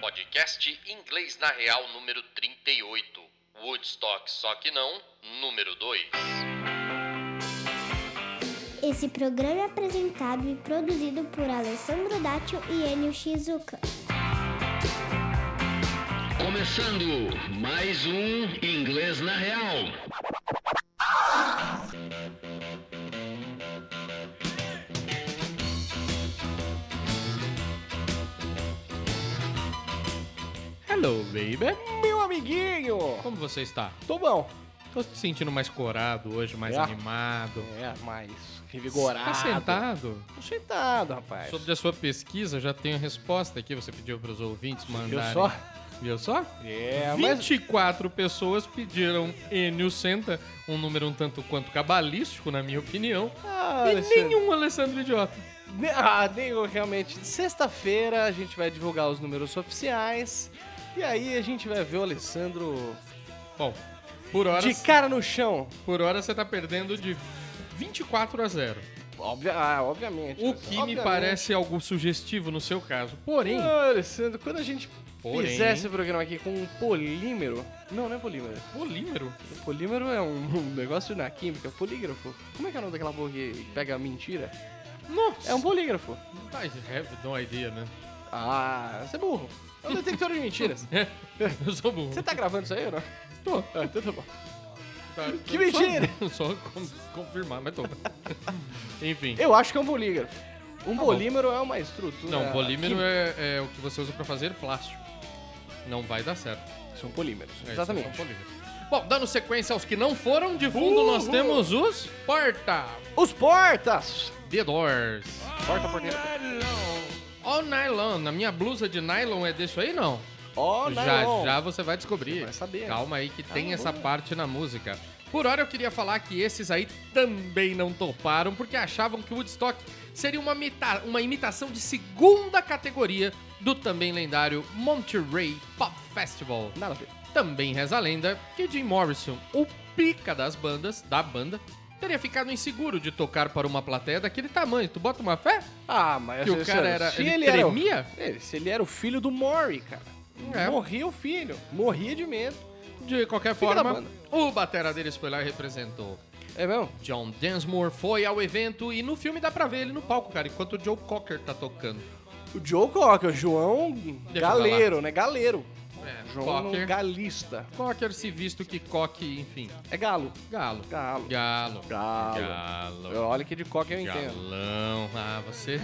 Podcast Inglês na Real número 38. Woodstock, só que não, número 2. Esse programa é apresentado e produzido por Alessandro Dátio e Enio Shizuka. Começando mais um Inglês na Real. Hello, baby. Meu amiguinho! Como você está? Tô bom. Tô te sentindo mais corado hoje, mais É? animado. É, mas revigorado. Tá sentado? Tô sentado, rapaz. Sobre a sua pesquisa, já tenho a resposta aqui. Você pediu para os ouvintes mandarem. só? Viu só? É, mas... 24 pessoas pediram Enio Senta, um número um tanto quanto cabalístico, na minha opinião. Ah, e Alessandro. nenhum Alessandro Idiota. Ne- Ah, nego, realmente. Sexta-feira a gente vai divulgar os números oficiais. E aí a gente vai ver o Alessandro Bom, por hora, de cara no chão. por hora você tá perdendo de 24 a 0. Obvia... Ah, obviamente. O Alessandro. que me Obviamente. parece algo sugestivo no seu caso. Porém, Ah, Alessandro, quando a gente Porém. fizer esse programa aqui com um polímero... Não, não é polímero. polímero. O polímero é um, um negócio na química, polígrafo. Como é que é o nome daquela porra que pega mentira? Nossa. É um polígrafo. I have no idea, né? Ah, você é burro. É um detector de mentiras. Eu sou burro. Você tá gravando isso aí ou não? Tô. Ah, então tá bom. Tá, eu Que só- mentira! Só, con- confirmar, mas tô. Enfim. Eu acho que é um bolígrafo. Um Tá bom. polímero é uma estrutura. Não, polímero química. é, é o que você usa pra fazer plástico. Não vai dar certo. São polímeros. É, Exatamente. isso é um polímero. Bom, dando sequência aos que não foram, de fundo nós Uhul. temos os Porta Os portas! The Doors. Porta porteira. All nylon. A minha blusa de nylon é disso aí, não? Ó, já, nylon. já você vai descobrir. Você vai saber. Tá Calma aí que tem Calma. essa parte na música. Por hora eu queria falar que esses aí também não toparam, porque achavam que Woodstock seria uma, mita- uma imitação de segunda categoria do também lendário Monterey Pop Festival. Nada a ver. Também reza a lenda que Jim Morrison, o pica das bandas, da banda, teria ficado inseguro de tocar para uma plateia daquele tamanho. Tu bota uma fé? Ah, mas Que o Alessandro, cara era... Se ele, ele, era. o- tremia? Ele- se ele era o filho do Mori, cara. É. Morria o filho. Morria de medo. De qualquer Fica na forma, banda. o batera deles foi lá e representou. É mesmo? John Densmore foi ao evento e no filme dá pra ver ele no palco, cara, enquanto o Joe Cocker tá tocando. O Joe Cocker, o João eu Galeiro, né? Galeiro. É, João Cocker. Galista. Cocker se visto que coque, enfim. É galo. Galo. Galo. Galo. Galo. Galo. Olha que de Cocker eu entendo. Galão. Ah, você.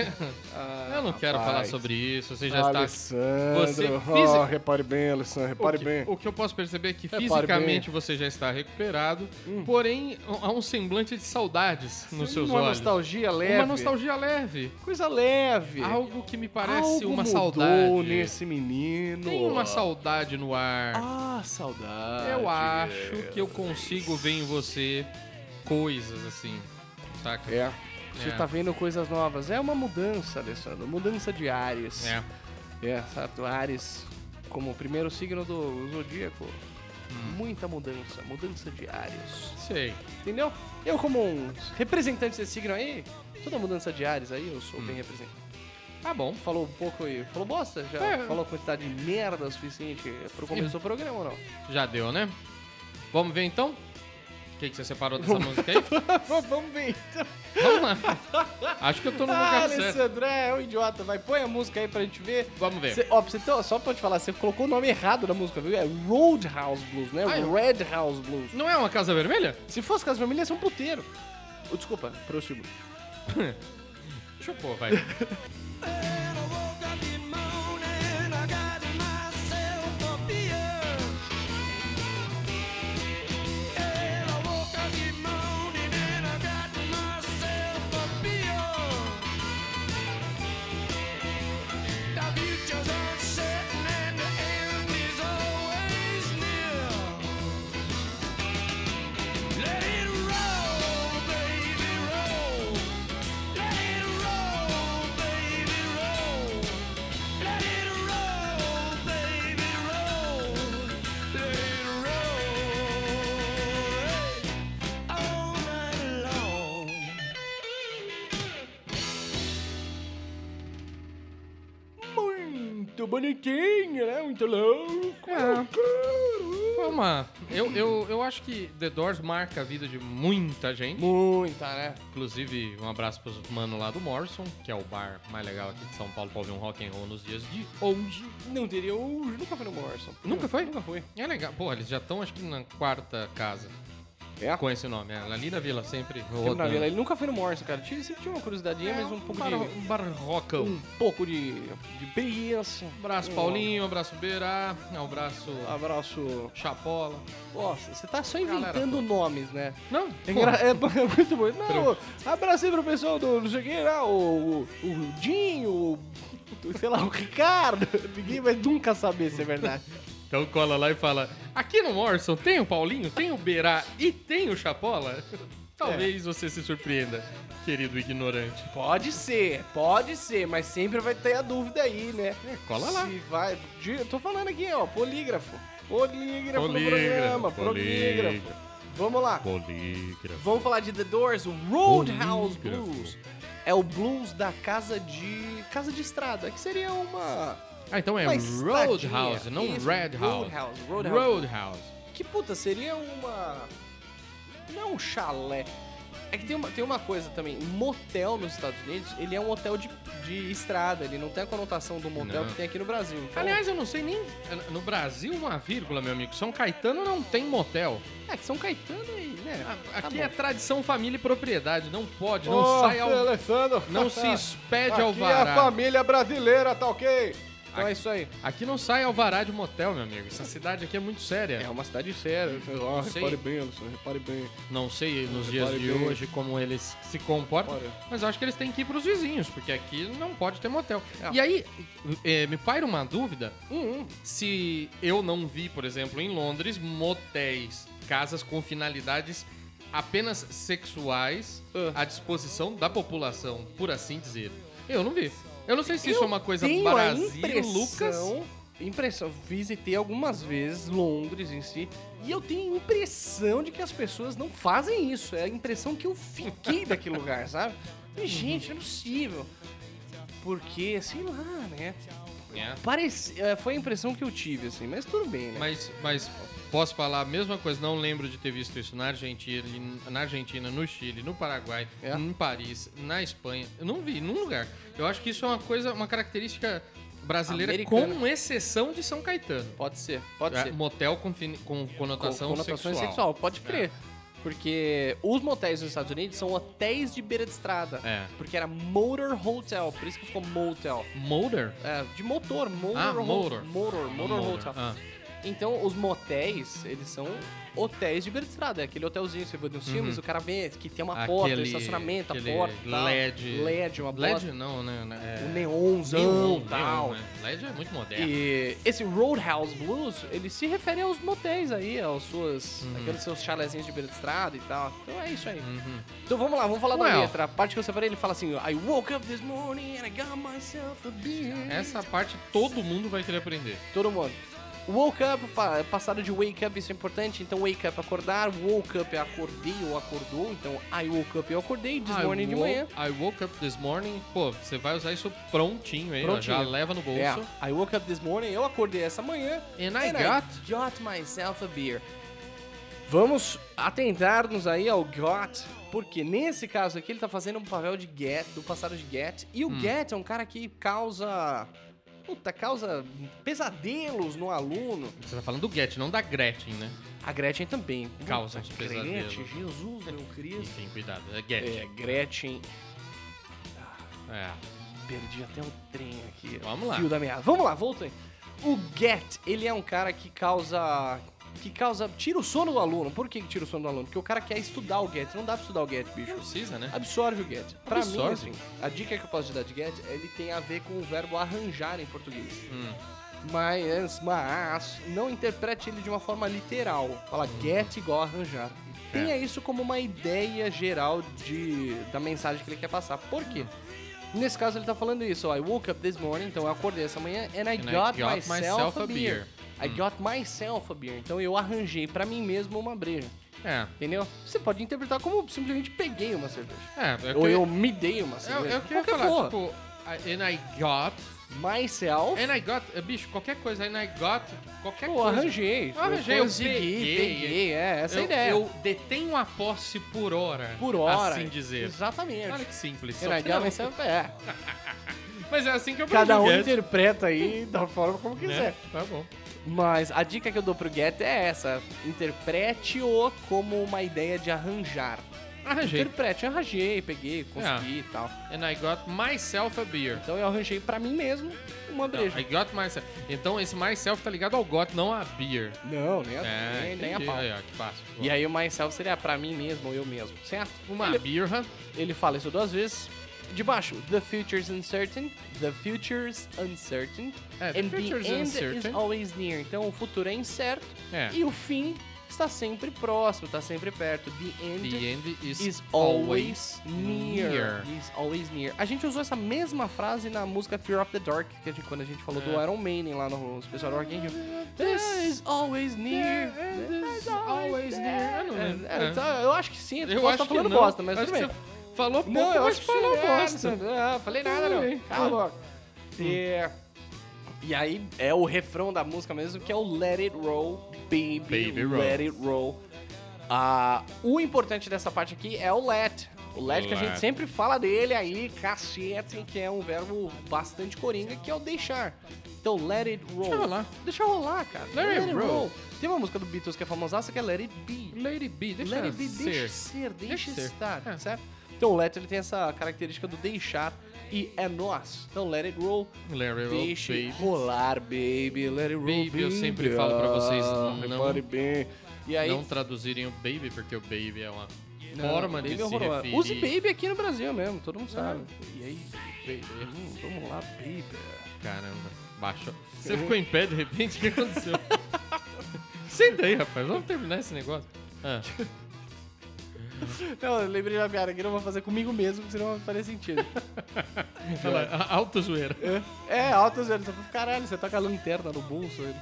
Ah, Eu não quero rapaz. falar sobre isso. Você já está. Alessandro, Você oh, fisi- repare bem, Alessandro, repare o que, bem. o que eu posso perceber é que Repare Hum. fisicamente você já está recuperado, porém há um semblante de saudades nos seus uma olhos. nostalgia leve. Uma nostalgia leve. Coisa leve. Algo que me parece Algo uma mudou saudade. nesse menino. Tem uma saudade no ar. Ah, saudade. eu acho que eu consigo ver em você coisas assim, saca? É. Você É. tá vendo coisas novas. É uma mudança, Alessandro. Mudança de áreas. É. É, sabe, Ares como o primeiro signo do zodíaco. Muita mudança, mudança de Ares. Sei. Entendeu? Eu, como um representante desse signo aí, toda mudança de Ares aí, eu sou bem representante. Tá bom. Falou um pouco aí, falou bosta já? É. Falou quantidade de merda suficiente pro começo do programa ou não? Já deu, né? Vamos ver então? O que, que você separou dessa música aí? Vamos ver então. Vamos lá. Acho que eu tô no Ah, lugar certo. Alessandro, é, é um idiota. Vai, põe a música aí pra gente ver. Vamos ver. Cê- ó, pra você ter, só pra te falar, você colocou o nome errado da música, viu? É Roadhouse Blues, né? Ah, eu- Red House Blues. Não é uma casa vermelha? Se fosse Casa Vermelha, ia ser um puteiro. Oh, Desculpa, prossigo. Deixa eu pôr, vai. Let it roll, baby, roll. Let it roll, baby. muito bonitinho, né? Muito louco. É. Foi uma. Eu, eu, eu acho que The Doors marca a vida de muita gente. Muita, né? Inclusive, um abraço pros manos lá do Morrison, que é o bar mais legal aqui de São Paulo pra ouvir um rock and roll nos dias de hoje. Não teria o... Nunca foi no Morrison. Nunca foi? Nunca foi. É legal. Porra, eles já estão acho que na quarta casa. É? Com esse nome. É, ali na vila, sempre rodando. Na vila, ele nunca foi no Morrison, cara. Tive, sempre tinha uma curiosidadinha, É, mas um pouco bar, de... Um bar rockão. Um pouco de... De preguiça. Abraço Um Ah. Paulinho, abraço Beirá, abraço Abraço. tipo, Chapola. Nossa, você tá só Galera inventando nomes, né? Não, É, pô, engra- é muito bom. Não, abraço aí pro pessoal do não sei o que lá, o, o, o Dinho, o, o- sei lá, o Ricardo. Ninguém vai nunca saber se é verdade. Então cola lá e fala: aqui no Morrison tem o Paulinho, tem o Berá e tem o Chapola? É. Talvez você se surpreenda, querido ignorante. Pode ser, pode ser, mas sempre vai ter a dúvida aí, né? cola lá. Se vai, di- eu tô falando aqui, ó, polígrafo. Polígrafo, no Polígrafo, programa, polígrafo. polígrafo. Vamos lá. Polígrafo. Vamos falar de The Doors, o Roadhouse Polígrafo. Blues. É o blues da casa de casa de estrada, que seria uma Ah, então é Uma Roadhouse, estradinha. não Isso, Red House. Roadhouse, Roadhouse. Roadhouse. Que puta, seria uma. Não um chalé. É que tem uma, tem uma coisa também. Motel nos Estados Unidos, ele é um hotel de, de estrada. Ele não tem a conotação do motel Não. que tem aqui no Brasil. Então, Aliás, eu não sei nem. No Brasil, uma vírgula, meu amigo. São Caetano não tem motel. é que São Caetano aí, né? A- Tá Aqui bom. é tradição, família e propriedade. Não pode, não sai ao. Alessandro. Não se expede ao vará. é família brasileira, tá ok? Então Aqui- é isso aí. Aqui não sai alvará de motel, meu amigo. Essa cidade aqui é muito séria. É uma cidade séria. Ah, Sei. repare bem, Alessandro, repare bem. Não sei nos dias Repare de bem. hoje como eles se comportam, Olha. mas eu acho que eles têm que ir pros vizinhos, porque aqui não pode ter motel. É. E aí, eh, me paira uma dúvida, Hum, se eu não vi, por exemplo, em Londres, motéis, casas com finalidades apenas sexuais Ah. à disposição da população, por assim dizer. Eu não vi. Eu não sei se isso é uma coisa tenho a Brasil, impressão- Lucas. Impressão, visitei algumas vezes Londres em si, e eu tenho a impressão de que as pessoas não fazem isso. É a impressão que eu fiquei daquele lugar, sabe? E, Uhum. gente, não é possível. Porque, sei lá, né? É. Parece, é, foi a impressão que eu tive, assim, mas tudo bem, né? Mas, mas posso falar a mesma coisa, não lembro de ter visto isso na Argentina, na Argentina, no Chile, no Paraguai, É? em Paris, na Espanha. Eu não vi, em nenhum lugar. Eu acho que isso é uma coisa, uma característica brasileira, Americana. com exceção de São Caetano. Pode ser, pode É, ser. Motel com, fin- com conotação, conotação sexual. É. pode crer. Porque os motéis nos Estados Unidos são hotéis de beira de estrada. É. Porque era motor hotel, por isso que ficou motel. Motor? É, de motor, motor, Ah, ho- motor. motor, motor hotel. Ah, Então, os motéis, eles são hotéis de beira de estrada. É aquele hotelzinho, você vê nos filmes, o cara vê que tem uma porta, Uhum. Aquele- estacionamento, a aquele porta e tal. LED. LED, uma LED porta. não, né? né, O É... neonzão Neon, e tal. neon, né? LED é muito moderno. E esse Roadhouse Blues, ele se refere aos motéis aí, aos suas, Uhum. aqueles seus chalezinhos de beira de estrada e tal. Então é isso aí. Uhum. Então vamos lá, vamos falar da Well. letra. A parte que eu separei, ele fala assim, I woke up this morning and I got myself a beer. Essa parte todo mundo vai querer aprender. Todo mundo. Woke up, pa- passado de wake up, isso é importante. Então, wake up, acordar. Woke up, é acordei ou acordou. Então, I woke up, eu acordei. This I morning de wo- manhã. I woke up this morning. Pô, você vai usar isso prontinho aí, ó, Prontinho. já leva no bolso. É, I woke up this morning, eu acordei essa manhã. And I got- got myself a beer. Vamos atentar-nos aí ao got, porque nesse caso aqui ele tá fazendo um papel de get, do passado de get. E Hum. o get é um cara que causa... Puta, causa pesadelos no aluno. Você tá falando do Get, não da Gretchen, né? A Gretchen também. Causa uns Puta, pesadelos. Gretchen, Jesus, meu Cristo. Enfim, cuidado. É Get. É, Gretchen. É. Perdi até o trem aqui. Vamos o lá. Fio da meada. Vamos lá, voltem. O Get, ele é um cara que causa... Que causa... Tira o sono do aluno. Por que que tira o sono do aluno? Porque o cara quer estudar o Get. Não dá pra estudar o Get, bicho. Não precisa, né? Absorve o get. Pra Absorve. mim, assim, a dica que eu posso te dar de get, ele tem a ver com o verbo arranjar em português. Hum. Mas, mas, não interprete ele de uma forma literal. Fala get igual arranjar. É. Tenha isso como uma ideia geral de, da mensagem que ele quer passar. Por quê? Nesse caso, ele tá falando isso. ó, I woke up this morning, então eu acordei essa manhã, and And I, I got, got myself, a beer. Hum. I got myself a beer. Então eu arranjei pra mim mesmo uma breja. É. Entendeu? Você pode interpretar como simplesmente peguei uma cerveja. É, é o que Ou eu, eu me dei uma é, cerveja. é o que eu ia Qualquer falar. porra. Tipo, I- and I got myself. And I got, eh, bicho, qualquer coisa, and I got, qualquer Pô, coisa. arranjei. Eu arranjei, eu consegui, peguei. é, essa é eu, a ideia. eu detenho a posse por hora. por hora. Assim dizer. Exatamente. Olha que simples. And I Só- got myself, é. Mas é assim que eu aprendi Cada um Guedes, interpreta aí da forma como quiser. né? Tá bom. Mas a dica que eu dou pro Get é essa: interprete-o como uma ideia de arranjar. Arranjei. Interprete, arranjei, Ah. peguei, consegui e tal. And I got myself a beer. Então eu arranjei pra mim mesmo Não, uma breja. I got myself. Então esse myself tá ligado ao got, não a beer. Não, nem a, É, nem, nem a entendi. pau. Aí, ó, que fácil. E aí o myself seria pra mim mesmo ou eu mesmo, certo? Uma Ele, birra. ele fala isso duas vezes. Debaixo, the future's uncertain, the future's uncertain, É, the and future's the end uncertain. is always near. Então o futuro é incerto É. e o fim está sempre próximo, está sempre perto. The end, The end is, is always near. Is always near. A gente usou essa mesma frase na música Fear of the Dark, que a gente- quando a gente falou É. do Iron Maiden lá no especial do Rock in Rio. This is always near. This is always near. Eu não lembro. É, é, tá, Eu acho que sim, eu Eu posso acho estar que falando não. bosta, mas Acho tudo que bem. você Falou pouco, Não, eu mas acho que falou sim, é, bosta. Não, não falei nada, Tudo não. bem. Cala a boca. E, e aí é o refrão da música mesmo, que é o Let It Roll, Baby, Baby roll. Let It Roll. Ah, o importante dessa parte aqui é o let. O let que a gente Let. sempre fala dele aí, cacete, que é um verbo bastante coringa, que é o deixar. Então, let it roll. Deixa rolar. Deixa rolar, cara. Let it roll. Tem uma música do Beatles que é famosaça que é Let It Be. Lady B, deixa Let it be, ser. deixa ser, deixa, Deixa ser. estar, É. certo? Então o let ele tem essa característica do deixar e é nós. Então let it roll, Larry Roll, deixe baby. rolar, baby, let it roll, Baby, baby. eu sempre falo pra vocês, Ah, não- repare bem. E aí, Não traduzirem o baby, porque o baby é uma não, forma baby de é se horroroso. referir. Use baby aqui no Brasil mesmo, todo mundo sabe. Ah, E aí, baby, hum, vamos lá, baby. Caramba, baixou. Você ficou em pé de repente? O que aconteceu? Senta aí, rapaz. Vamos terminar esse negócio. Ah, Não, eu lembrei de uma piada que eu não vou fazer comigo mesmo, porque senão não vai fazer sentido. olha lá, a- alto zoeira. é, altas vezes, eu falo, caralho, você toca a lanterna no bolso. ele.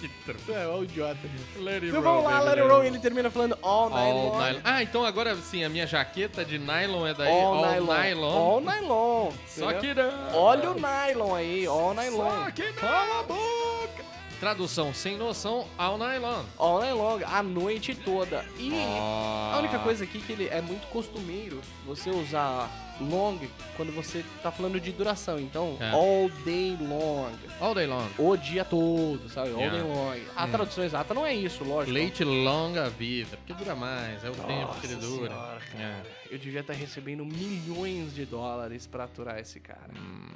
Que tr- É, é um idiota. Let it Então roll, vamos lá, baby, let it roll. E ele termina falando all night All long. nylon. Ah, então agora sim, a minha jaqueta de nylon é daí. All, All, nylon. nylon. All nylon. Só entendeu? que não. Olha o nylon aí, all nylon. Só que não. Cala a boca. Tradução sem noção, all nylon. All nylon, a noite toda. E Ah. a única coisa aqui que ele é muito costumeiro você usar long quando você tá falando de duração. Então, É. all day long. All day long. O dia todo, sabe? All Yeah. day long. A tradução exata não é isso, lógico. Leite longa vida, porque dura mais, é o tempo Nossa que ele dura. senhora, É. Eu devia estar recebendo milhões de dólares pra aturar esse cara. Hum.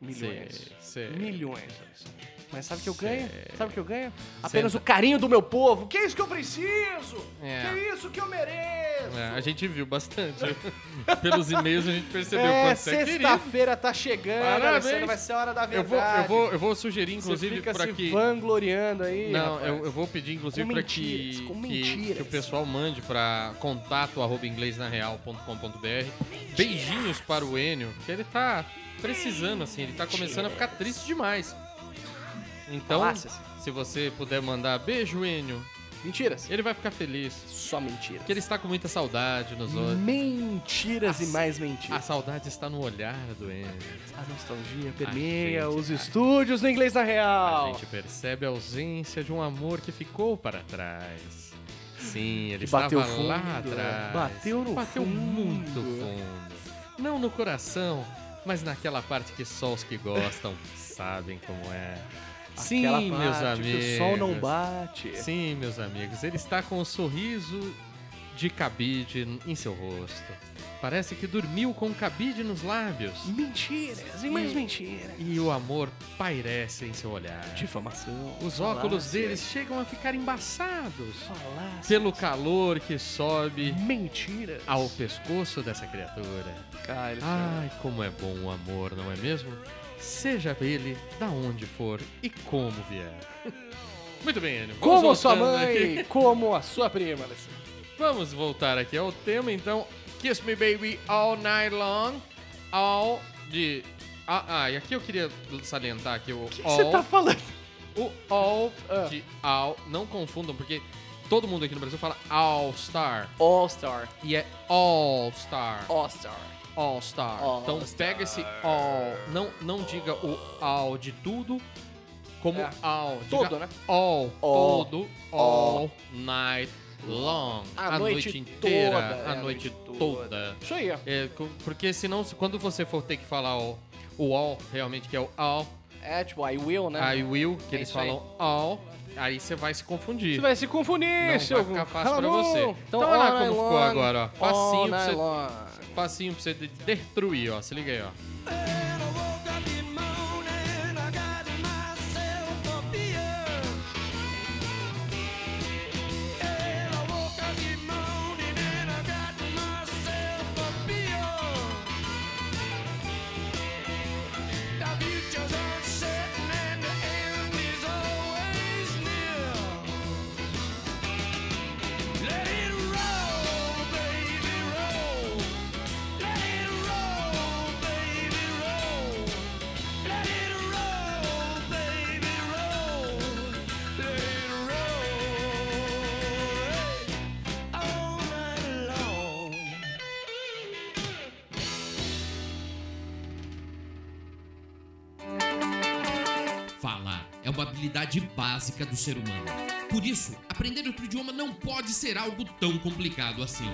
milhões. sei, sei. Milhões. Alisson. Mas sabe o que eu ganho? Sabe o que eu ganho? Apenas Senta. o carinho do meu povo. Que é isso que eu preciso? É. Que é isso que eu mereço? É, a gente viu bastante. Pelos e-mails a gente percebeu o É, quanto você é querido. sexta-feira tá chegando, Parabéns. Alessandro, vai ser a hora da Eu vou, verdade. eu, vou, eu vou sugerir, Você inclusive, fica para se que. vangloriando aí, Não, rapaz. eu, eu vou pedir, inclusive, Com para que, mentiras, com que, mentiras. que o pessoal mande para contato arroba inglesnareal.com.br. Beijinhos para o Enio, que ele tá precisando, assim, ele tá começando a ficar triste demais. Então, Falácias. se você puder mandar beijo, Enio, Mentiras. ele vai ficar feliz. Só mentiras. Porque ele está com muita saudade nos olhos. Mentiras e As- mais A mentiras. saudade está no olhar do Enio. A nostalgia permeia gente, os a- estúdios do Inglês na A Real. gente percebe a ausência de um amor que ficou para trás. Sim, ele Que bateu estava lá fundo, né? atrás. Bateu no Bateu fundo. muito fundo. Não no coração, mas naquela parte que só os que gostam sabem como é. Sim, Aquela meus parte amigos. Que o sol não bate. Sim, meus amigos, ele está com um sorriso de cabide em seu rosto. Parece que dormiu com cabide nos lábios. Mentiras e mais mentiras. E o amor pairece em seu olhar. Difamação. Os óculos falácias, deles chegam a ficar embaçados Falácias. pelo calor que sobe Mentiras. ao pescoço dessa criatura. Cara, Ah. Ai, como é bom o amor, não é mesmo? Seja ele da onde for e como vier. Muito bem, Enio. vamos como sua voltando mãe, aqui. como a sua prima, Alessandro. Vamos voltar aqui ao tema, então. Kiss Me Baby All Night Long. All de... Ah, ah, e aqui eu queria salientar aqui o O que all. você tá falando? O All Ah. de All, não confundam, porque todo mundo aqui no Brasil fala All Star. All-Star. E é All Star. All-Star. All, All Star. All então Star. pega esse All. Não, não diga o All de tudo, como É. All. Diga Todo, né? All, All. todo, all, All. night long. A a noite, noite inteira, toda, é, a a noite, noite toda. Isso aí, ó. É, co- porque senão, se- quando você for ter que falar o, o all, realmente que é o all, É tipo, I will, né? I will, que É eles isso aí. falam all, aí você vai se confundir. Você vai se confundir, não vai seu ficar fácil pra Ramon. você. Então, Então, olha lá all como night ficou long, agora, ó. all Facinho pra night você- long. Facinho pra você de- destruir, ó. Se liga aí, ó. Falar é uma habilidade básica do ser humano. Por isso, aprender outro idioma não pode ser algo tão complicado assim.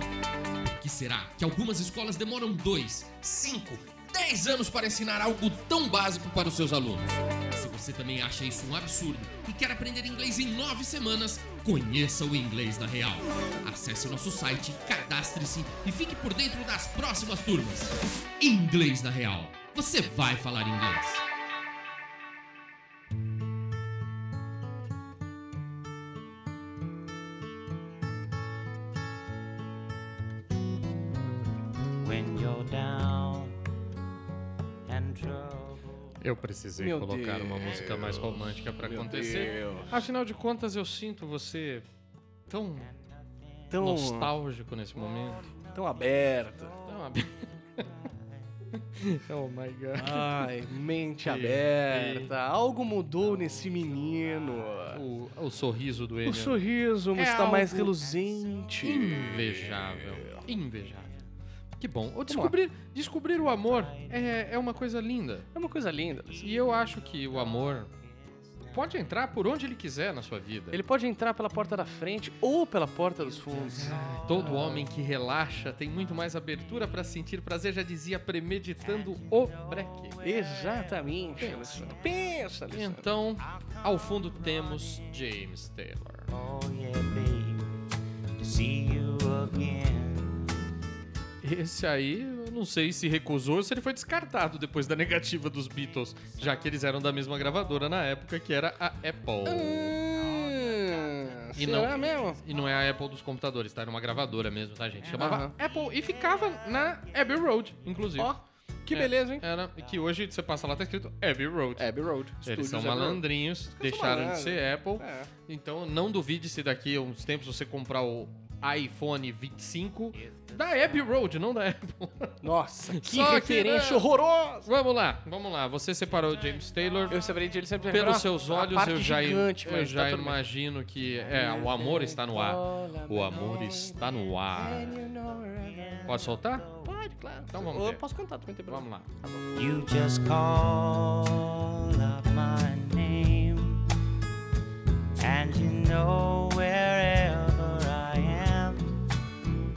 Por que será que algumas escolas demoram 2, 5, 10 anos para ensinar algo tão básico para os seus alunos? Se você também acha isso um absurdo e quer aprender inglês em 9 semanas, conheça o Inglês na Real. Acesse nosso site, cadastre-se e fique por dentro das próximas turmas. Inglês na Real. Você vai falar inglês. when you're down and trouble. Eu precisei Meu colocar uma Deus. música mais romântica pra Meu acontecer. Deus. Afinal de contas, eu sinto você tão Tão, nostálgico nesse momento. tão aberto. Tão ab- oh my god. Ai, mente aberta. Algo mudou nesse menino. O, o sorriso do O Enio. sorriso É está mais algo reluzente. Invejável. Invejável. Que bom. Eu descobrir, descobrir o amor é, é uma coisa linda. É uma coisa linda. E eu acho que o amor pode entrar por onde ele quiser na sua vida. Ele pode entrar pela porta da frente ou pela porta dos fundos. Todo homem que relaxa tem muito mais abertura pra sentir prazer, já dizia premeditando o breque. Exatamente. Alessandro. Pensa, Alessandro. Então, ao fundo temos James Taylor. Oh yeah, baby, to see you again. Esse aí, eu não sei se recusou ou se ele foi descartado depois da negativa dos Beatles, já que eles eram da mesma gravadora na época, que era a Apple. Ah, E será não- mesmo? E não Hum, é a Apple dos computadores, tá? Era uma gravadora mesmo, tá, gente? Chamava Aham. Apple e ficava na Abbey Road, inclusive. Ó, que É. beleza, hein? Era, que hoje você passa lá, tá escrito Abbey Road. Abbey Road. Eles Studios são Abbey Road. malandrinhos, são deixaram de malandros. ser Apple. É. Então não duvide se daqui a uns tempos você comprar o iPhone 25 da Abbey Road, não da Apple. Nossa, que Só que referência não. horrorosa! Vamos lá, vamos lá. Você separou o James Taylor. Eu saberei de ele sempre Pelos lembrar seus a olhos parte eu já, gigante, eu mas tá já tudo bem. imagino que é, o amor está no ar. O amor está no ar. Pode soltar? Pode, claro. Então vamos Eu ver. posso cantar também, tem problema. Vamos lá. You just call out my name, and you know wherever I am,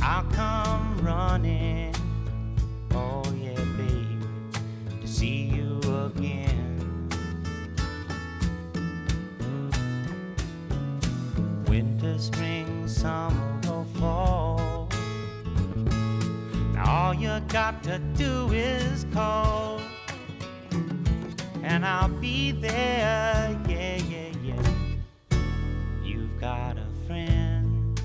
I'll come running. Oh yeah, baby, to see you again. Winter, spring, summer, or fall. All you got to do is call, and I'll be there. Yeah, yeah, yeah. You've got a friend.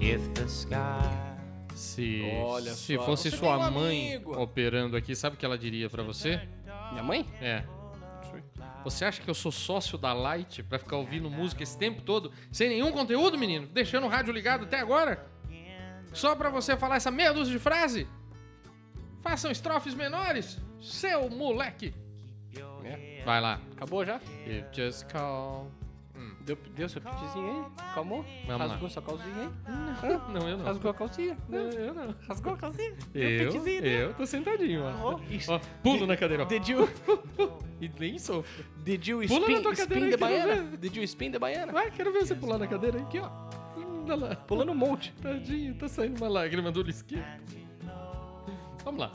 If the sky Se, Olha se só, fosse você sua tem um mãe amigo. operando aqui, sabe o que ela diria pra você? Minha mãe? É. Você acha que eu sou sócio da Light pra ficar ouvindo música esse tempo todo sem nenhum conteúdo, menino? Deixando o rádio ligado até agora? Só pra você falar essa meia dúzia de frase? Façam estrofes menores, seu moleque. É. Vai lá. Acabou já? You just call. Hum. Deu, deu seu pitizinho aí? Calmou? Vamos lá. Rasgou sua calcinha aí? Não, eu não. Rasgou a calcinha? Não. Eu não. Rasgou a calcinha? Eu, pitizinho, né? Oh, eu tô sentadinho, ó. Ó, isso. Ó, pulo na cadeira, ó. Did you, E nem sofro. did you Pula na spin, tua cadeira spin aí, the quero baiana? Did you spin the baiana? Vai, quero ver você pular na cadeira aí, aqui, ó. Hum, Olha lá. Pulando um monte. Tadinho, tá saindo uma lágrima do olho esquerdo. Vamos lá.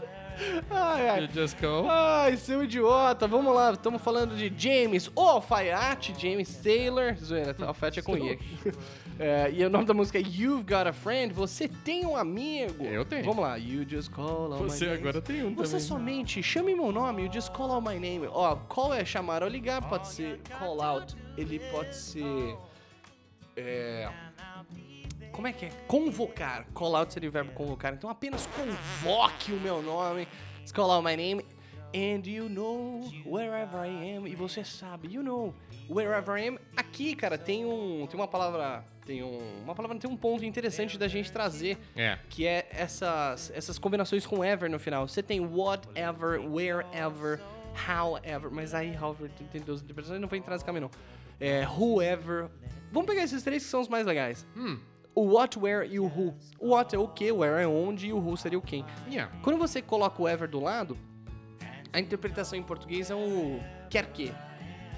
Ai, ai. You just go. Ai, seu idiota, vamos lá, estamos falando de James, o alfaiate, James Taylor, zoeira, tá, alfaiate é com I. É, e o nome da música é You've Got a Friend, você tem um amigo. Eu tenho. Vamos lá, You Just Call All Você My Name. agora tem um Você também. somente chame meu nome, You Just Call All My Name. Ó, call é chamar ou ligar, pode ser call out, ele pode ser... É... Como é que é? Convocar. Call out seria o verbo convocar. Então apenas convoque o meu nome. Just Call out my name. And you know wherever I am. E você sabe, you know wherever I am. Aqui, cara, tem um. Tem uma palavra. Tem um. Uma palavra tem um ponto interessante da gente trazer. É. Que é essas, essas combinações com ever no final. Você tem whatever, wherever, however. Mas aí, however, tem- tem duas interpretações, não vou entrar nesse caminho, não. É, whoever. Vamos pegar esses três que são os mais legais. O what, where e o who. O what é o que, where é onde e o who seria o quem. Yeah. Quando você coloca o ever do lado, a interpretação em português é o quer que.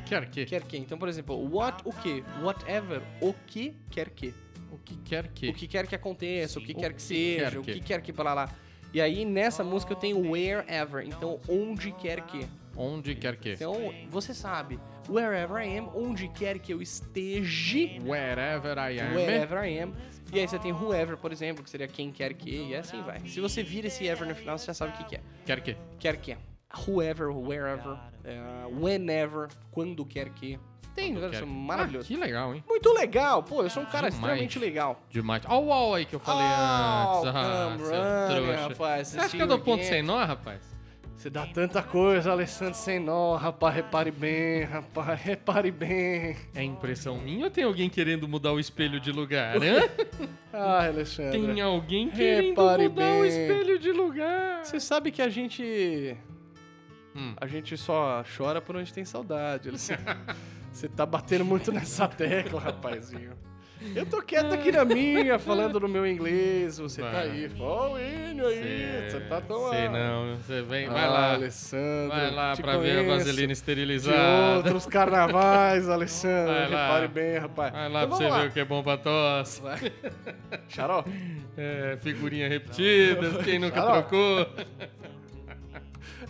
Quer que? Quer que. Então, por exemplo, what, o que. Whatever, o que, quer que O que quer que? o que quer que aconteça, o que O quer que que seja, quer o que. que quer que para lá. E aí nessa música eu tenho wherever, então onde quer que. Onde quer que? Então você sabe, wherever I am, onde quer que eu esteja, Wherever I am. wherever I am. E aí você tem whoever, por exemplo, que seria quem quer que, e assim vai. Se você vira esse ever no final, você já sabe o que que é. Quer que? Quer que. é. Whoever, wherever, eh, whenever, quando quer que. Tem, Quando olha quer só, que. Ah, maravilhoso. que legal, hein? Muito legal, pô, eu sou um cara Demais. extremamente legal. Demais. Olha o wall aí que eu falei Ah, antes. Ah, come seu running, trouxa. rapaz, Você acha que assistiu eu dou o ponto game? sem nó, rapaz? Você dá tanta coisa, Alessandro sem nó, rapaz, repare bem, rapaz, repare bem. É impressão minha ou tem alguém querendo mudar o espelho de lugar? hã? Ah, Alessandro. Tem alguém querendo Repare mudar o bem. espelho de lugar. Você sabe que a gente. Hum. A gente só chora por onde tem saudade, Alessandro. Você tá batendo muito nessa tecla, rapazinho. Eu tô quieto aqui na minha, falando no meu inglês, você tá Vai. aí. Ó o hino aí, você tá tão Sei lá. não, você vem, Ah, vai lá. Alessandro. Vai lá te pra ver a conheço. vaselina de esterilizada. outros carnavais, Alessandro. Vai lá. Repare bem, rapaz. Vai lá Então pra você vamos ver o que é bom pra tosse. Xaró, É, figurinha repetida, quem nunca Xarope. trocou.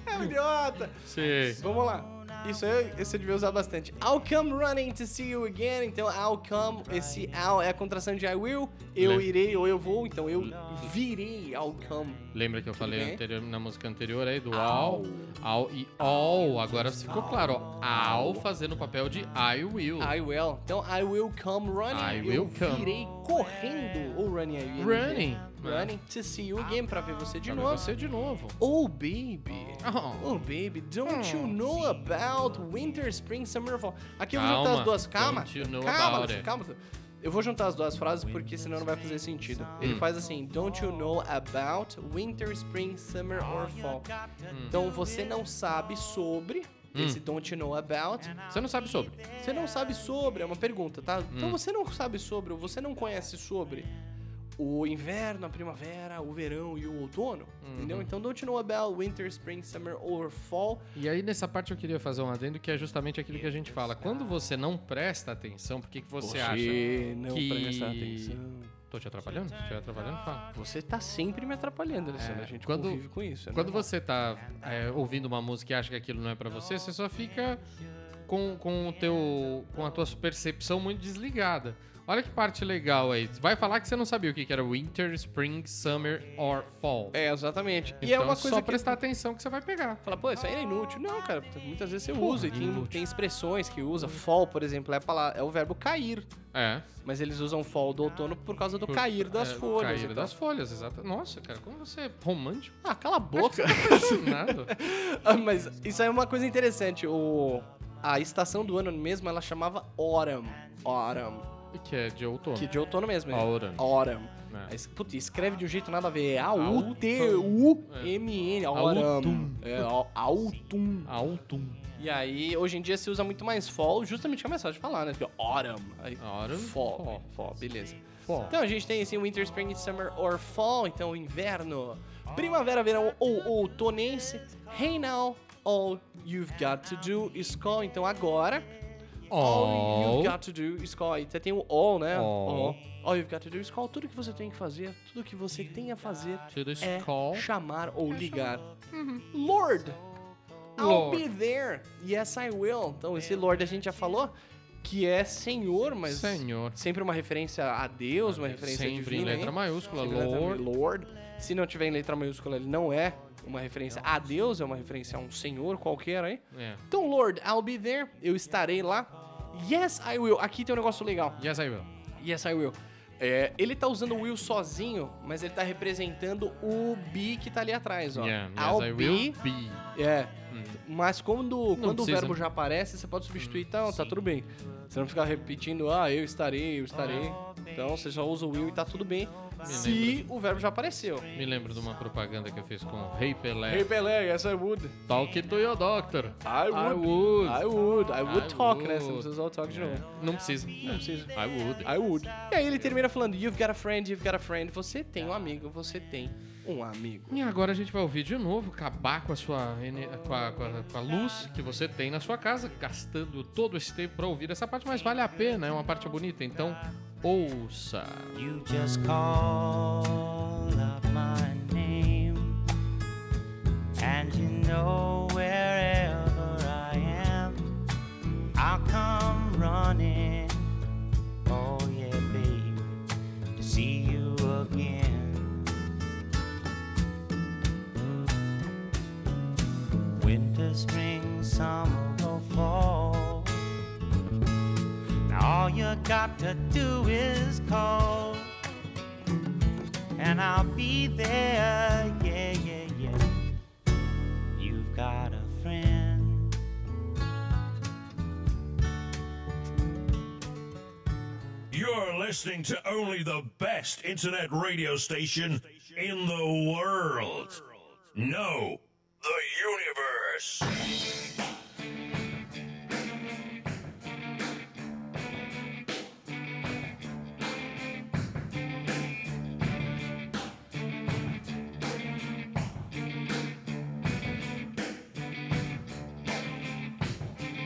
é um idiota. Sei. Vamos lá. Isso aí você devia usar bastante. I'll come running to see you again. Então, I'll come, esse I'll é a contração de I will. Eu Lembra. irei ou eu vou. Então, eu virei. I'll come. Lembra que eu falei bem? anterior, na música anterior aí do ao, ao e all. Agora ficou claro, ó. Ao fazendo o papel de I will. I will. Então, I will come running. I eu will come. virei correndo. Ou running. I will. Running. Running to see you again. Pra ver você de Pra ver novo. Você de novo. Oh, baby. Oh. Oh, baby, don't you Hum, know about winter, spring, summer, fall? Aqui eu vou Calma, juntar as duas. Calma, don't you know calma, about it. calma. Eu vou juntar as duas frases porque senão não vai fazer sentido. Hum. Ele faz assim: Don't you know about winter, spring, summer Ah, or fall? Então você não sabe sobre. Hum. Esse don't you know about. Você não sabe sobre. Você não sabe sobre, é uma pergunta, tá? Então Hum. você não sabe sobre, ou você não conhece sobre o inverno, a primavera, o verão e o outono, Uhum. entendeu? Então don't you know about winter, spring, summer or fall? E aí, nessa parte, eu queria fazer um adendo que é justamente aquilo que a gente fala. Quando você não presta atenção, por que, que você, acha. não que- presta atenção. Tô te atrapalhando? Se estiver atrapalhando, fala. Você tá sempre me atrapalhando, Alessandro. a gente É, quando- convive com isso. é Quando normal. você tá é, ouvindo uma música e acha que aquilo não é pra você, você só fica com, com o teu. com a tua percepção muito desligada. Olha que parte legal aí. Vai falar que você não sabia o que que era winter, spring, summer or fall. É, exatamente. Então, e é uma coisa só que... prestar atenção que você vai pegar. Fala, pô, isso aí é inútil. Não, cara, muitas vezes você Porra, usa e tem, inútil. tem expressões que usa. Fall, por exemplo, é, a palavra, é o verbo cair. É. Mas eles usam fall do outono por causa do Por- cair das é, folhas. então. Cair e tal. das folhas, exato. Nossa, cara, como você é romântico? Ah, cala a boca. Apaixonado. Ah, Mas isso aí é uma coisa interessante. O, a estação do ano mesmo, ela chamava autumn. Autumn. que é de outono. Que de outono mesmo. né? Autumn. Autumn. É. Aí, Puta, escreve de um jeito nada a ver. A-U-T-U-M-N. Autumn. Autumn. É, au- autumn. Autumn. E aí, hoje em dia se usa muito mais fall, justamente que é mais fácil de falar, né? Tipo, autumn. Aí, Autumn, fall. Fall. Fall, beleza. Fall. Então a gente tem assim, winter, spring, summer or fall. Então, inverno, primavera, verão ou outonense. Hey now, all you've got to do is call. Então, agora, Oh. All you've got to do is call. Até tem o all, né? All. All. All you've got to do is call. Tudo que você tem que fazer, tudo que você tem a fazer To do is é call. chamar ou ligar. Lord, I'll Lord. be there. Yes, I will. Então, esse Lord a gente já falou que é senhor, mas... Senhor. Sempre uma referência a Deus, uma referência Sempre em divina, letra hein? maiúscula, Sempre em letra- Lord. Lord. Se não tiver em letra maiúscula, ele não é uma referência a Deus, é uma referência a um senhor qualquer, hein? É. Então, Lord, I'll be there. Eu estarei lá. Yes, I will. Aqui tem um negócio legal. Yes, I will. Yes, I will. É, ele tá usando o will sozinho, mas ele tá representando o be que tá ali atrás, ó. Yeah, yes, I'll I be. will be. É. Mas quando, quando o precisa. verbo já aparece, você pode substituir, então, tá tudo bem. Você não ficar repetindo, ah, eu estarei, eu estarei. Então, você só usa o will e tá tudo bem. se o verbo já apareceu. Me lembro de uma propaganda que eu fiz com o Rei Pelé. Hey, Pelé, yes, I would. Talk to your doctor. É. I I would. would. I would. I would I talk, né? Você não would. precisa usar o talk de novo. Não precisa. Não precisa. I would. I would. E aí ele termina falando, you've got a friend, you've got a friend. Você tem um amigo, você tem um amigo. E agora a gente vai ouvir de novo, acabar com a sua ener- com a, com a- com a luz que você tem na sua casa, gastando todo esse tempo pra ouvir essa parte, mas vale a pena, é uma parte bonita, então ouça. You just call up my name, and you know wherever I am, I'll come running. Oh, yeah, baby, to see you again. Winter, spring, summer, or fall. All you got to do is call, and I'll be there. Yeah, yeah, yeah. You've got a friend. You're listening to only the best internet radio station in the world. No, the universe.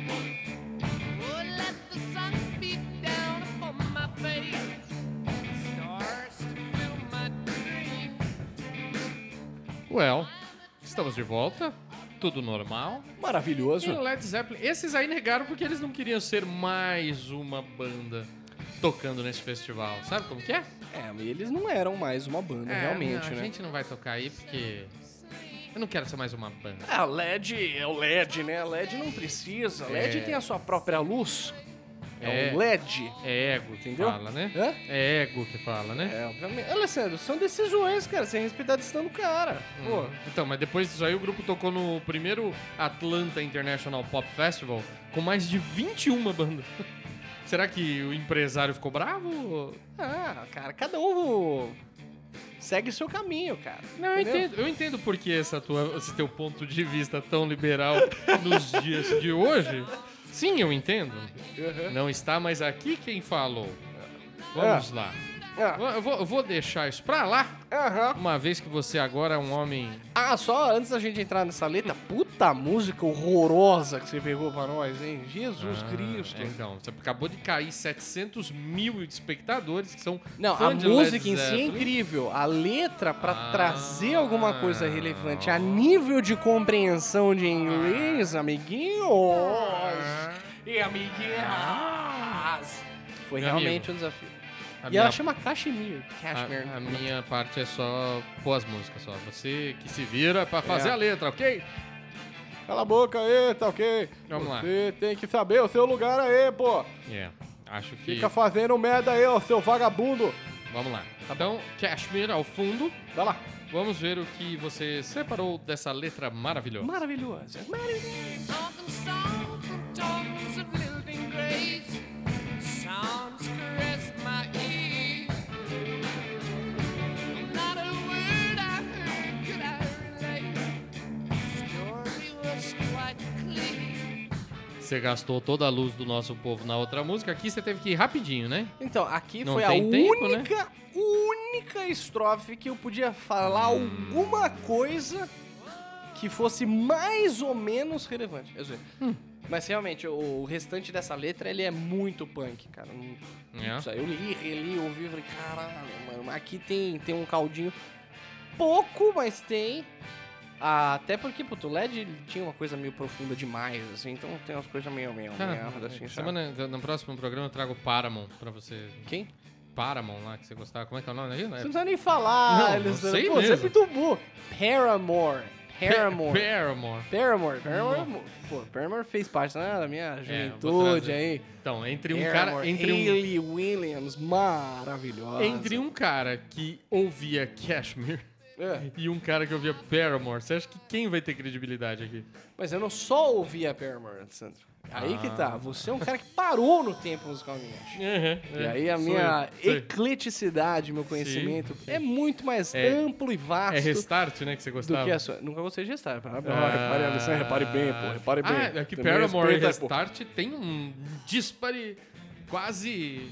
Oh, let the sun beat down upon my face, stars to fill my dreams. Well, estamos de volta, tudo normal. E Maravilhoso. o Led Zeppelin, esses aí negaram porque eles não queriam ser mais uma banda tocando nesse festival. Sabe como que é? É, mas eles não eram mais uma banda, realmente, não, A né? gente não vai tocar aí porque eu não quero ser mais uma banda. É, a LED é o LED, né? A LED não precisa. A LED É. tem a sua própria luz. É, É. um LED. É ego que Entendeu? fala, né? Hã? É ego que fala, né? É, obviamente. Alessandro, são decisões, cara. Sem respeitar a decisão do cara. Pô, então, mas depois disso aí o grupo tocou no primeiro Atlanta International Pop Festival com mais de 21 bandas. Será que o empresário ficou bravo? Pô, ah, cara, cada um segue seu caminho, cara. Não, eu Entendeu? entendo, eu entendo porque essa tua, esse teu ponto de vista tão liberal nos dias de hoje. Sim, eu entendo. Não está mais aqui quem falou. Vamos lá. Ah. Eu vou, eu vou deixar isso pra lá, Aham. uma vez que você agora é um homem Ah, só antes da gente entrar nessa letra, puta música horrorosa que você pegou pra nós, hein? Jesus Ah, Cristo. Então, você acabou de cair 700 mil espectadores que são. Não, fã a de música Led em si é Zeppelin. incrível. A letra, pra Ah. trazer alguma coisa relevante a nível de compreensão de Ah. inglês, amiguinhos e amiguinhas, foi Meu realmente um desafio. A e minha, ela chama né? Cashmere. Cashmere. a, a minha parte é só pôr as músicas só. Você que se vira pra fazer É. a letra, ok? Cala a boca aí, tá ok? Vamos lá. Você tem que saber o seu lugar aí, pô. É. Acho que. fazendo merda aí, ó, seu vagabundo. Vamos lá. Tá então, Cashmere ao fundo. Vai lá. Vamos ver o que você separou dessa letra maravilhosa. Maravilhoso. Often song from tones of living grace, sounds caress my ear. Você gastou toda a luz do nosso povo na outra música. Aqui você teve que ir rapidinho, né? Então, aqui Não foi a tem tempo, né? única, única estrofe que eu podia falar Hum. alguma coisa que fosse mais ou menos relevante. Eu sei. Hum. Mas realmente, o o restante dessa letra, ele é muito punk, cara. Um Não- É. Isso aí, eu li, reli, ouvi, falei, caralho, mano, aqui tem, tem um caldinho. Pouco, mas tem. Ah, até porque, puto, o LED ele tinha uma coisa meio profunda demais, assim, então tem umas coisas meio, meio, Cara, meio, assim, sabe? Ah, é, semana, né? É. no próximo programa eu trago Paramount pra você. Quem? Paramount lá, que você gostava. Como é que é o nome daí? Você não precisa nem falar, Não, eles- eu sei Pô, você é mesmo. muito burro. Paramore. Paramore. Paramount. Paramore. Paramore. Pô, Paramore fez parte né, da minha Hum. É, vou juventude trazer. aí. Então, entre um cara. Paramore, Entre um, Hayley Williams, maravilhosa. entre um cara que ouvia Cashmere É, e um cara que ouvia Paramore, você acha que quem vai ter credibilidade aqui? mas eu não só ouvia Paramore, Sandro. Aí que Ah. tá. Você é um cara que parou no tempo musicalmente. E aí a É, Sou minha eu, sou eu. ecleticidade, meu conhecimento, sim. é muito mais É- amplo e vasto É restart, né? Que você do gostava. que é a sua. Nunca gostei de estar. Ah, Ah. repare, Alessandro, repare bem, pô. Repare bem. Ah, é que Também Paramore e respeita, pô. Restart tem um dispare quase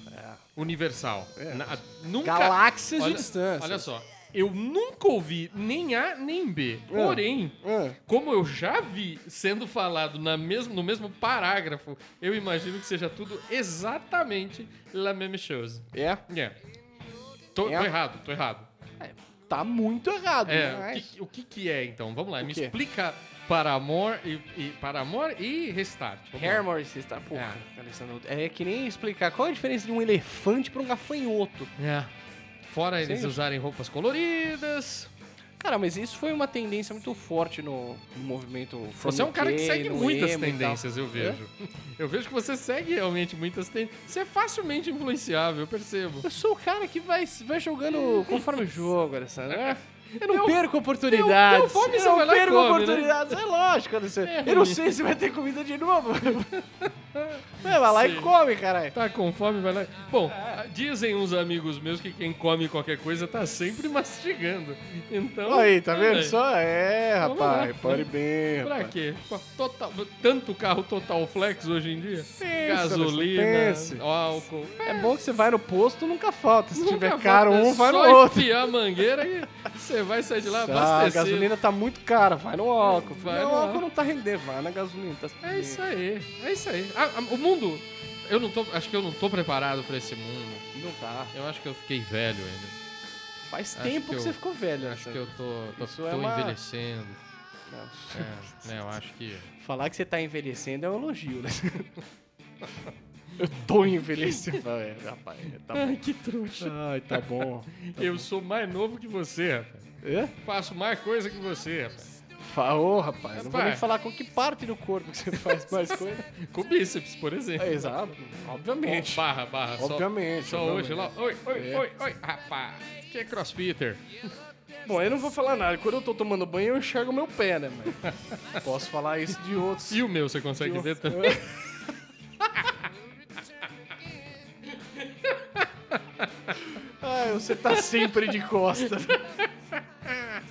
universal. Na- nunca, É. Galáxias olha, de distância. Olha só, eu nunca ouvi nem A nem B. É. Porém, Ah. como eu já vi sendo falado na mesmo, no mesmo parágrafo, eu imagino que seja tudo exatamente la même chose. É, Yeah. Tô, É. tô errado, tô errado. tá muito errado. É, o mas- que, o que que é então? Vamos lá, O me quê? explica Paramore e, e Paramore e Restart. Vamos lá. Paramore se está. Porra, Alessandro. É que nem explicar qual é a diferença de um elefante pra um gafanhoto. É. Fora eles Sim. usarem roupas coloridas. Cara, mas isso foi uma tendência muito forte no, no movimento. from Você é um cara que UK, segue no muitas emo e tal. É? tendências, eu vejo. Eu vejo que você segue realmente muitas tendências. Você é facilmente influenciável, eu percebo. Eu sou o cara que vai, vai jogando conforme o jogo, Alessandro. né? Eu não É. Eu- perco oportunidades. eu- eu fome, você não vai lá e perco come, né? oportunidades. É lógico, Alessandro. É eu não ruim. sei se vai ter comida de novo. É, Vai lá e Sim. come, caralho. Tá com fome, vai lá. Bom, É. dizem uns amigos meus que quem come qualquer coisa tá sempre mastigando. Então. Aí, tá vendo? é. Só é, Vamos lá. rapaz. Repare bem, Pra rapaz. quê? Total- tanto carro Total Flex hoje em dia? Gasolina, Alessandro, pense. álcool. É bom que você vai no posto, nunca falta. Se Nunca tiver falta, caro é um, vai no só outro. enfiar a mangueira e você vai sair de lá Ah, a abastecido. gasolina tá muito cara, vai no álcool. Vai não, no o álcool álcool. não tá rendendo, vai na gasolina. Tá É isso aí, é isso aí. Ah, ah, o mundo, eu não tô, acho que eu não tô preparado pra esse mundo. Não tá. Eu acho que eu fiquei velho ainda. Faz Acho tempo que que, eu- você ficou velho. né? Acho que Alessandro. eu tô, tô, Isso tô é uma- envelhecendo. Não. É, né, eu acho que Falar que você tá envelhecendo é um elogio, né? Eu tô envelhecendo. É, rapaz, tá bom. que trouxa. Ai, tá bom. eu sou mais novo que você, rapaz. Hã? Faço mais coisa que você, rapaz. Fa- Ô, rapaz, não vou Rapaz. nem falar com que parte do corpo que você faz mais coisa. Com bíceps, por exemplo. É, Exato, obviamente. Barra, barra. só- Obviamente, Só, obviamente. hoje lá. Oi, oi, É. oi, oi, rapaz. Que é crossfitter. Bom, eu não vou falar nada. Quando eu tô tomando banho, eu enxergo meu pé, né, mano? Posso falar isso de outros. E o meu, você consegue ver também? Ah, você tá sempre de costa.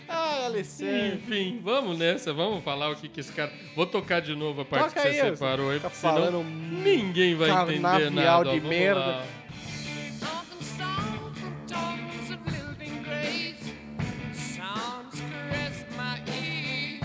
Ai, Alessandro. Enfim, vamos nessa, vamos falar o que que esse cara. Vou tocar de novo a parte Toca que aí, você Elson. separou aí, Tá porque senão falando um ninguém vai entender carnavial nada. de Vamos merda. lá. Talking songs and tones of living grace. Sounds caress my ear.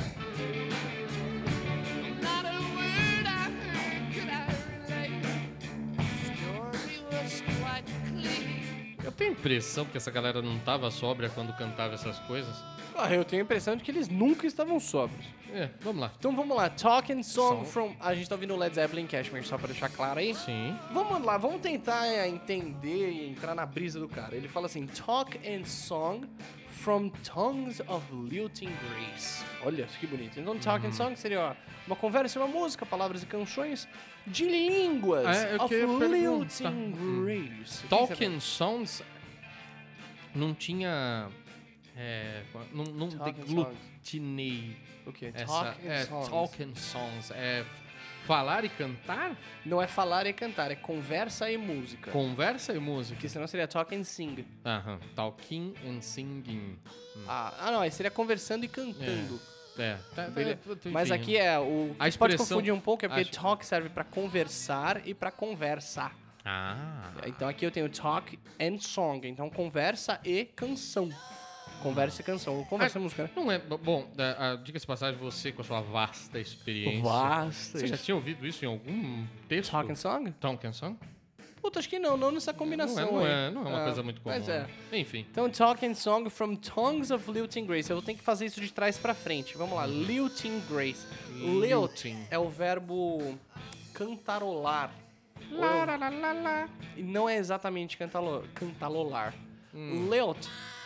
Not a word I heard could I relate. Story was quite clear. Eu tenho a impressão que essa galera não tava sóbria quando cantava essas coisas. Ah, eu tenho a impressão de que eles nunca estavam sóbrios. É, vamos lá. Então vamos lá. Talking Song Som. from. A gente tá ouvindo Led Zeppelin Cashmere, só pra deixar claro é aí. Sim. Vamos lá, vamos tentar é, entender e entrar na brisa do cara. Ele fala assim: Talk and Song from Tongues of Lilting Grace. Olha que bonito. Então, Talk Uhum. and Song seria ó, uma conversa, uma música, palavras e canções de línguas É, eu of queria perguntar. Lilting Hum. Grace. O que que você Talking Sounds não tinha. É, não não Talking deglutinei pensa? O quê? essa. Talk and É, Songs. talking Sounds. É falar e cantar? Não é falar e cantar, é conversa e música. Conversa e música. Porque senão seria Talk and Sing. Aham. Talking and singing. Hum. Ah, ah, não, aí seria conversando e cantando. É, tá, tá, Beleza. tá, Mas enfim. aqui é o. A que pode expressão- confundir um pouco, é porque Acho. talk serve pra conversar e pra conversar. Ah. Então aqui eu tenho talk and song. Então conversa e canção. Conversa e canção. Ou Conversa e música, né? Não é. Bom, a- a- diga-se de passagem, você com a sua vasta experiência. Vasta. Você já tinha ouvido isso em algum texto? Talk and song? Talking song? Puta, acho que não, não nessa Não é, combinação não aí. é, não é uma Ah, coisa muito comum. Mas é. né? Enfim. Então, Talking Song from Tongues of Lilting Grace. Eu tenho que fazer isso de trás pra frente. Vamos lá. Lilting Grace. Lilt Lilting. é o verbo cantarolar. Lá, lá, lá, lá, lá. E não é exatamente cantalo, cantarolar. Hum. Lilt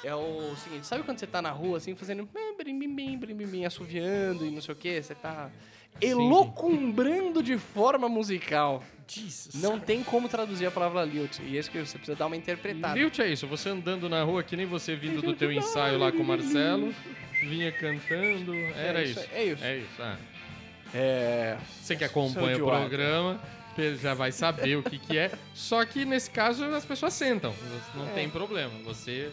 é o seguinte. Sabe quando você tá na rua, assim, fazendo... brim, brim, brim, brim, brim, brim, Assoviando e não sei o quê? Você tá elocumbrando de forma musical. Jesus. Não tem como traduzir a palavra lilt. E esse que você precisa dar uma interpretada. Lilt é isso, você andando na rua que nem você vindo do teu ensaio lá com o Marcelo, vinha cantando, era É isso. isso, é isso. É isso, ah. É... Você que acompanha Sou o idiota. programa pe- já vai saber o que, que é. Só que nesse caso as pessoas sentam, não É. tem problema. Você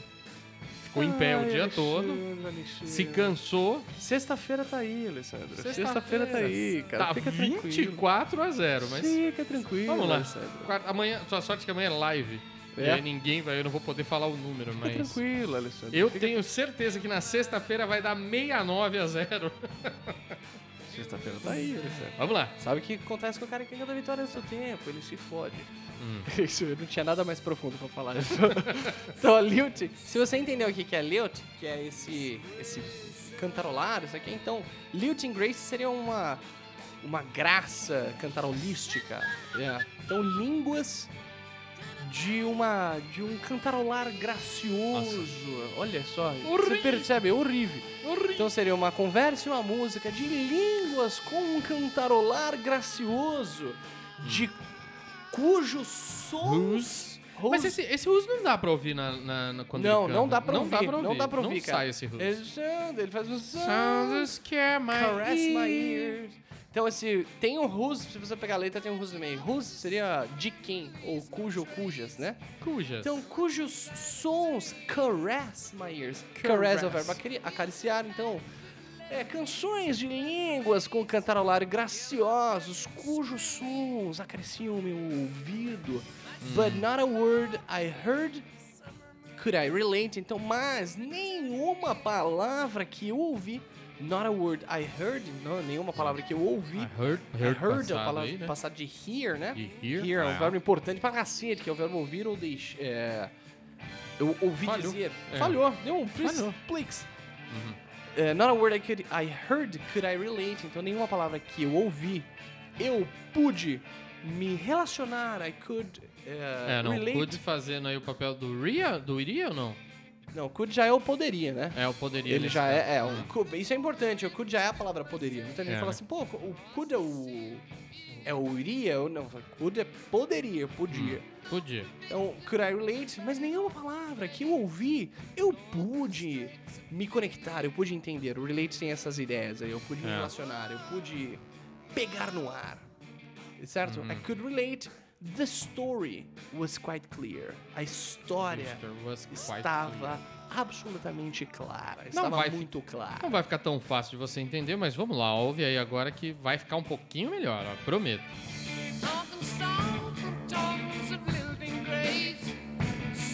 ficou em pé o dia todo, se cansou, Sexta-feira tá aí, Alessandro. Sexta-feira Sexta-feira tá aí, cara. tá Fica tranquilo. 24 a 0, mas Fica tranquilo. Vamos lá. Alessandro. Quarta- Amanhã, sua sorte é que amanhã é live. É? E aí ninguém vai, eu não vou poder falar o número, Fica mas. tranquilo, Alessandro. Eu tenho certeza que na sexta-feira vai dar 69 a 0. Sexta-feira tá aí, Alessandro. Vamos lá. Sabe o que acontece com o cara que canta vitória no seu tempo? Ele se fode. Hum. Isso, eu não tinha nada mais profundo pra falar. Eu só- então, a Lilt, se você entendeu o que que é Lilt, que é esse, esse cantarolar, isso aqui, então, Lilt and Grace seria uma, uma graça cantarolística. Então, línguas de uma de um cantarolar gracioso. Olha só, você percebe, é horrível. Então seria uma conversa e uma música de línguas com um cantarolar gracioso de cujos sons Mas esse, esse uso não dá pra ouvir na, na- na- quando não, ele não canta. dá pra ouvir, Não dá pra ouvir, não dá pra ouvir, Não cara. sai esse uso. Ele, chanta, ele faz um sound, Sounds scare my caress my ear. ears. Então esse tem um whose, se você pegar a letra tem um whose no meio. Whose seria de quem ou cujo ou cujas, né? Cujas. Então, cujos sons caress my ears. Caress é o Caress. verbo acari- acariciar, então. É, canções de línguas com cantarolar graciosos, cujos sons acariciam meu ouvido. But not a word I heard could I relate. Então, mas nenhuma palavra que eu ouvi, not a word I heard, não, nenhuma palavra que eu ouvi, I heard, heard, é a passado palavra aí, né? passado de hear, né? De hear, é um é. verbo importante pra cacete, que é o verbo ouvir ou deixar. É, eu ouvi Falhou. dizer. É. Uhum. Falhou, deu um plix. É, not a word I, could, I heard could I relate. Então, nenhuma palavra que eu ouvi, eu pude me relacionar. I could é, É, não, relate. could fazendo aí o papel do Ria, do Iria ou não? Não, could já é o poderia, né? É, eu poderia. Ele nesse já caso. é, é o could- isso é importante, o could já é a palavra poderia. Muita gente É. fala assim, pô, o could é o. É o iria? Eu não, could é poderia, podia. Ah, Podia. Então, could I relate? Mas nenhuma palavra que eu ouvi, eu pude me conectar, eu pude entender. O relate tem essas ideias aí, eu pude me É. relacionar, eu pude pegar no ar. Certo? Uhum. I could relate. The story was quite clear. A história Mr. was quite clear. estava absolutamente clara. Estava vai fi- muito clara. Não vai ficar tão fácil de você entender, mas vamos lá, ouve aí agora que vai ficar um pouquinho melhor, ó, prometo. Talking song from tongues of living grace.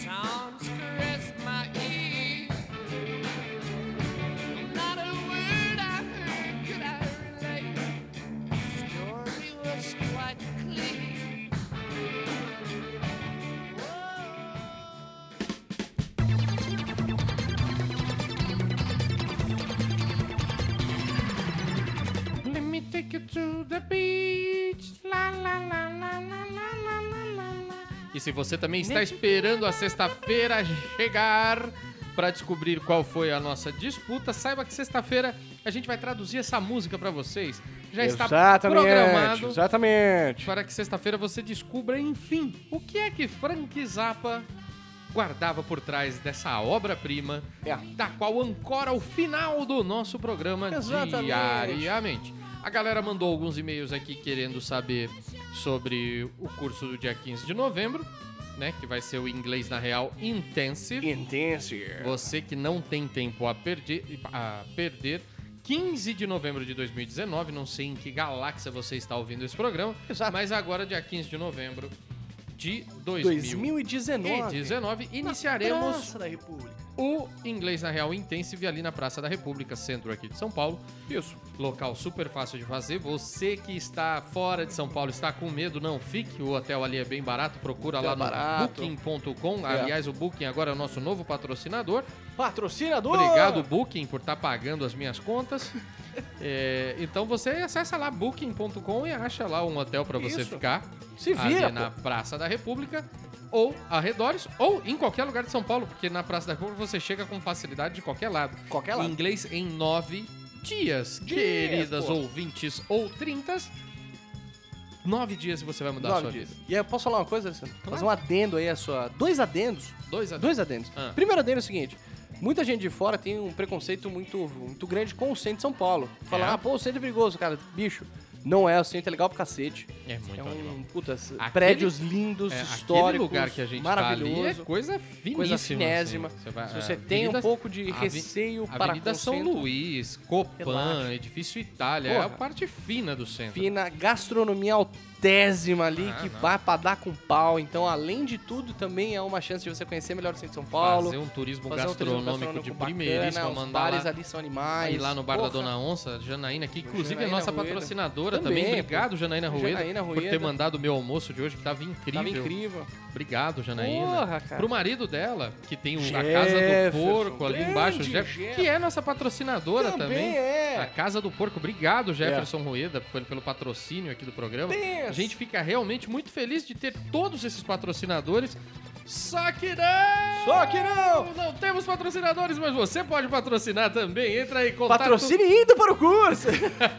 Sounds caress my ear. Not a word I heard could I relate. Story was quite clear. Let me take you to the beach. La, la, la, la, la, la, la, la, la, la. E se você também está esperando a sexta-feira chegar para descobrir qual foi a nossa disputa, saiba que sexta-feira a gente vai traduzir essa música para vocês. Já está programado Exatamente. para que sexta-feira você descubra, enfim, o que é que Frank Zappa guardava por trás dessa obra-prima, É. da qual ancora o final do nosso programa Exatamente. diariamente. A galera mandou alguns e-mails aqui querendo saber sobre o curso do dia 15 de novembro, né, que vai ser o Inglês na Real Intensive. É. Intense. Você que não tem tempo a perder, a perder 15 de novembro de 2019, não sei em que galáxia você está ouvindo esse programa, Exato. mas agora, dia 15 de novembro de 2019, 2019. iniciaremos Praça da República. o Inglês na Real Intensive ali na Praça da República, centro aqui de São Paulo. Isso. Local super fácil de fazer. Você que está fora de São Paulo, está com medo, não fique. O hotel ali é bem barato. Procura lá Hotel barato. no booking.com. É. Aliás, o Booking agora é o nosso novo patrocinador. Patrocinador! Obrigado, Booking, por estar pagando as minhas contas. É, então você acessa lá booking.com e acha lá um hotel para você Isso. ficar. Se vira, Ali na pô. Praça da República ou arredores ou em qualquer lugar de São Paulo, porque na Praça da República você chega com facilidade de qualquer lado. Qualquer lado. Inglês em nove dias, Dias, queridas pô. ouvintes ou trintas. Nove dias e você vai mudar a Nove sua dias. vida. E aí, eu posso falar uma coisa, Alessandro? Fazer um adendo aí, a sua. Dois adendos. Dois a Dois adendos. Ah. Primeiro adendo é o seguinte. Muita gente de fora tem um preconceito muito, muito grande com o centro de São Paulo. Fala, É. ah, pô, o centro é perigoso, cara. Bicho, não é. O centro é legal pra cacete. É muito É animal. um, puta, s- Aquele- prédios lindos, É, aquele históricos, lugar que a gente tá maravilhoso. ali é coisa finíssima. coisa assim. finésima. Você vai- Se você a tem um Avenida- pouco de Aven- receio para Avenida com o São centro, Luís, Copan, Relaxa. Edifício Itália, é a Porra. parte fina do centro. fina, gastronomia altésima ali, Ah, que não. vai pra dar com pau. Então, além de tudo, também é uma chance de você conhecer melhor o centro de São Paulo. Fazer um turismo fazer um turismo gastronômico de bacana, primeiríssima, Os mandar bares lá, ali são animais. ir lá no bar da Porra, Dona Onça, Janaína, que inclusive é Janaína nossa Rueda. patrocinadora também. Também, pô. Obrigado, Janaína Rueda, Janaína por ter Rueda. mandado o meu almoço de hoje, que tava incrível. Tava incrível. Obrigado, Janaína. Porra, cara. Pro marido dela, que tem o- a Casa do Jefferson, Porco ali grande embaixo, Jeff, Jeff. que é nossa patrocinadora Também também. Ah, é. A Casa do Porco. Obrigado, Jefferson Rueda, pelo, pelo patrocínio aqui do programa. Pensa. A gente fica realmente muito feliz de ter todos esses patrocinadores. Só que não! Só que não! Não temos patrocinadores, mas você pode patrocinar também. Entra aí, contato... Patrocine indo para o curso!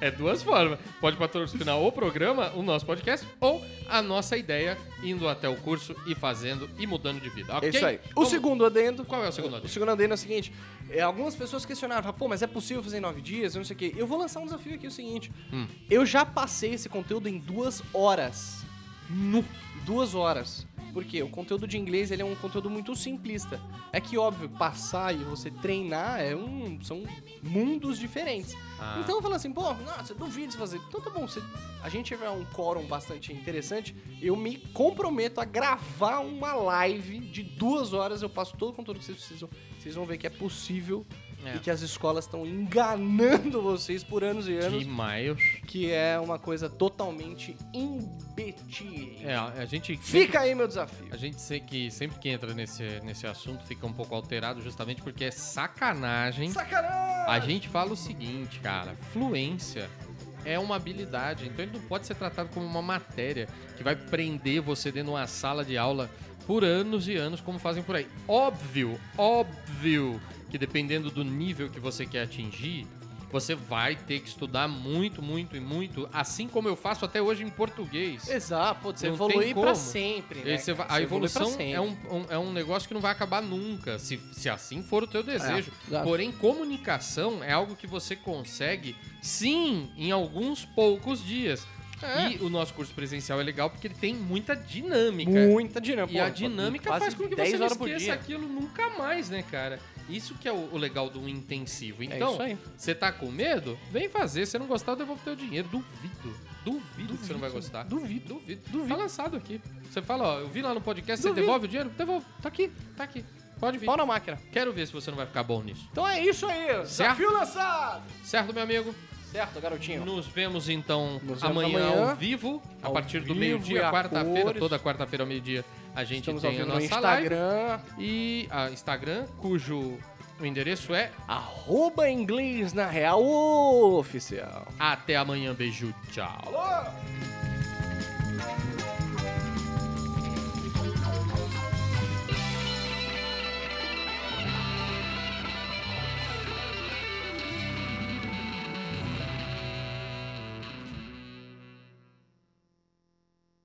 É duas formas. Pode patrocinar o programa, o nosso podcast, ou a nossa ideia indo até o curso e fazendo e mudando de vida. É ok? isso aí. O Vamos- segundo adendo. Qual é o segundo adendo? O segundo adendo é o seguinte: é, algumas pessoas questionaram, falaram, pô, mas é possível fazer em nove dias? Eu não sei o quê. Eu vou lançar um desafio aqui, é o seguinte: Hum. eu já passei esse conteúdo em duas horas. No. Duas horas. Por quê? O conteúdo de inglês ele é um conteúdo muito simplista. É que, óbvio, passar e você treinar é um, são mundos diferentes. Ah. Então eu falo assim, pô, nossa, eu duvido de fazer. Então tá bom, se a gente tiver um quórum bastante interessante, eu me comprometo a gravar uma live de duas horas. Eu passo todo o conteúdo que vocês precisam. Vocês vão ver que é possível É. e que as escolas estão enganando vocês por anos e anos. Que maio. Que é uma coisa totalmente imbetível. É, a gente... Fica aí meu desafio. A gente sei que sempre que entra nesse, nesse assunto fica um pouco alterado justamente porque é sacanagem. Sacanagem! A gente fala o seguinte, cara, fluência é uma habilidade, então ele não pode ser tratado como uma matéria que vai prender você dentro de uma sala de aula por anos e anos, como fazem por aí. Óbvio, óbvio que dependendo do nível que você quer atingir, você vai ter que estudar muito, muito e muito, assim como eu faço até hoje em português. Exato, pô, você Não tem evoluir como. pra sempre. E Né? você vai- cara? a Você evolui pra evolução sempre. é um, um- é um negócio que não vai acabar nunca, se, se assim for o teu É. desejo. exato. Porém, comunicação é algo que você consegue, sim, em alguns poucos dias. E o nosso curso presencial é legal porque ele tem muita dinâmica. Muita dinâmica. E pô, a dinâmica quase faz com que 10 você não horas por esqueça dia. aquilo nunca mais, né, cara? Isso que é o, o legal do intensivo. É Então, isso aí. você tá com medo? Vem fazer. Se não gostar, eu devolvo teu dinheiro. Duvido. Duvido, que você não vai gostar. Duvido. Duvido. Tá lançado aqui. Você fala, ó, eu vi lá no podcast, você Duvido. devolve o dinheiro? Devolvo. Tá aqui, tá aqui. Pode vir. Pau na máquina. Quero ver se você não vai ficar bom nisso. Então é isso aí. Desafio lançado. Certo, meu amigo? Certo, garotinho. Nos vemos então Nos vemos amanhã, amanhã. ao vivo, a Ao partir do vivo, meio-dia, a quarta-feira, cores. toda quarta-feira ao meio-dia, a gente Estamos ao tem a vivo no nossa live. Instagram, e a Instagram, cujo o endereço é arroba inglês na real oficial. até amanhã, beijo, tchau. Alô?